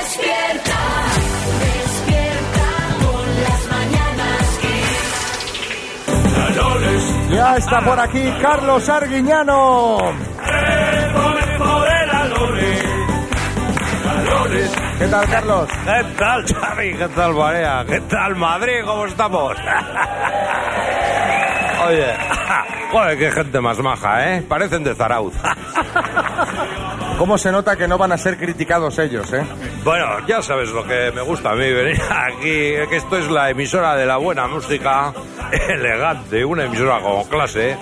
Despierta, despierta con las mañanas Ya está por aquí Carlos Arguiñano. ¿Qué tal, Carlos? ¿Qué tal, Xavi? ¿Qué tal, Marea? ¿Qué tal, Madrid? ¿Cómo estamos? Oye, joder, qué gente más maja, ¿eh? Parecen de Zarauz. ¿Cómo se nota que no van a ser criticados ellos, eh? Bueno, ya sabes lo que me gusta a mí venir aquí, eh, que esto es la emisora de la buena música, elegante, una emisora con clase,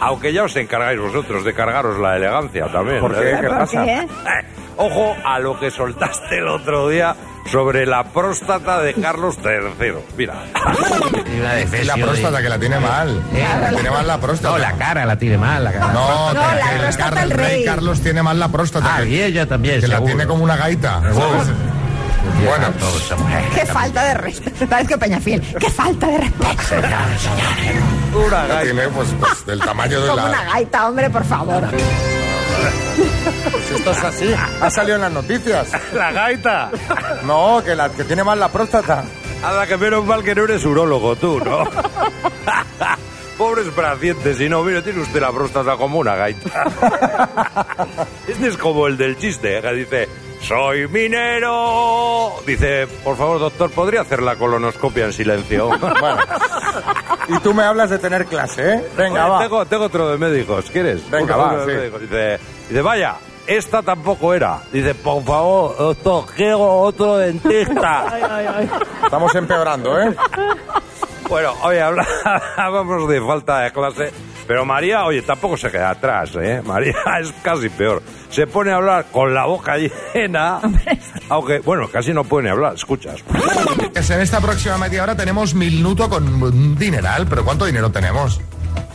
aunque ya os encargáis vosotros de cargaros la elegancia también. ¿Por ¿eh? qué? ¿Qué pasa? ¿Qué? Eh, Ojo a lo que soltaste el otro día sobre la próstata de Carlos III. Mira, Es la próstata que la tiene mal. La tiene mal la próstata. No, la cara la tiene mal. La cara. No, No, que la el, próstata Car- al rey. rey. Carlos tiene mal la próstata. Ah, que y ella también, que la seguro. tiene como una gaita. ¿sabes? Bueno, Qué falta de respeto. ¿Sabes qué, Peñafiel? Qué falta de respeto. una la gaita. tiene pues, pues, del tamaño de Como una la... gaita, hombre, por favor. Esto es así. Ha salido en las noticias. La gaita. No, que la que tiene mal la próstata. Anda, que menos mal que no eres urólogo tú, ¿no? Pobres pacientes, si no, mira, tiene usted la próstata como una gaita. este es como el del chiste, ¿eh? que dice, soy minero. Dice, por favor, doctor, ¿podría hacer la colonoscopia en silencio? Bueno. Y tú me hablas de tener clase, ¿eh? Venga, Oye, va. Tengo, tengo otro de médicos, ¿quieres? Venga, Uno, va, uno de sí. médicos. Dice, dice, vaya, esta tampoco era. Dice, por favor, doctor, quiero otro dentista. Estamos empeorando, ¿eh? Bueno, oye, hablábamos de falta de clase, pero María, oye, tampoco se queda atrás, ¿eh? María es casi peor. Se pone a hablar con la boca llena, aunque, bueno, casi no puede ni hablar, escuchas. Es Pues En esta próxima media hora tenemos minuto con un dineral, pero ¿cuánto dinero tenemos?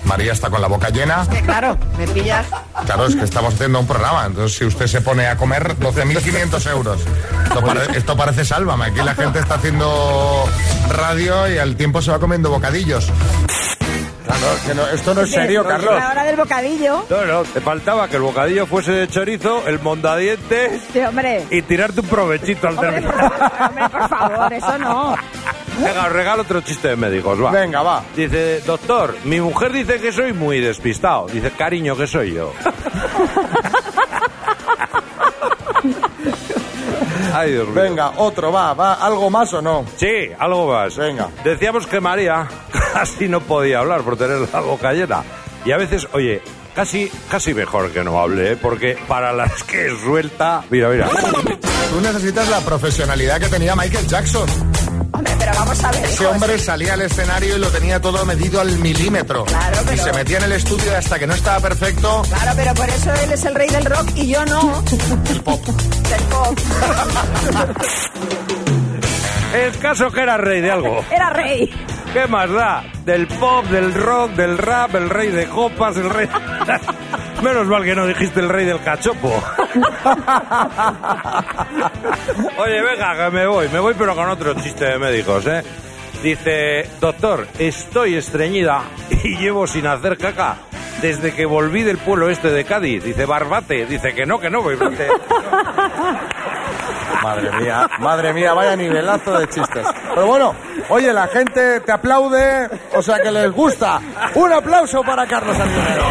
María está con la boca llena. Que claro, me pillas. Claro, es que estamos haciendo un programa. Entonces, si usted se pone a comer, 12.500 euros. Esto, pare- esto parece sálvame. Aquí la gente está haciendo radio y al tiempo se va comiendo bocadillos. Claro, que no- esto no es serio, no, Carlos. La hora del bocadillo. No, no, te faltaba que el bocadillo fuese de chorizo, el mondadientes Sí, hombre. y tirarte un provechito al Hombre, por terminar. favor, hombre, por favor, eso no. Venga, os regalo otro chiste de médicos, va. Venga, va. Dice, doctor, mi mujer dice que soy muy despistado. Dice, cariño, que soy yo. Ay, Dios mío. Venga, otro, va, va. ¿Algo más o no? Sí, algo más. Venga. Decíamos que María casi no podía hablar por tener la boca llena. Y a veces, oye, casi, casi mejor que no hable, ¿eh? porque para las que suelta... Mira, mira. Tú necesitas la profesionalidad que tenía Michael Jackson. Hombre, pero vamos a ver. Ese hijo, hombre salía al escenario y lo tenía todo medido al milímetro. Claro, Y pero- se metía en el estudio y hasta que no estaba perfecto. Claro, pero por eso él es el rey del rock y yo no. El pop. Del pop. El caso que era rey de algo. Era rey. ¿Qué más da? Del pop, del rock, del rap, el rey de copas, el rey... Menos mal que no dijiste el rey del cachopo. Oye, venga, que me voy. Me voy pero con otro chiste de médicos, ¿eh? Dice, doctor, estoy estreñida y llevo sin hacer caca desde que volví del pueblo este de Cádiz. Dice, barbate. Dice que no, que no, barbate. Madre mía, madre mía, vaya nivelazo de chistes. Pero bueno, oye, la gente te aplaude, o sea que les gusta. Un aplauso para Carlos Antonero.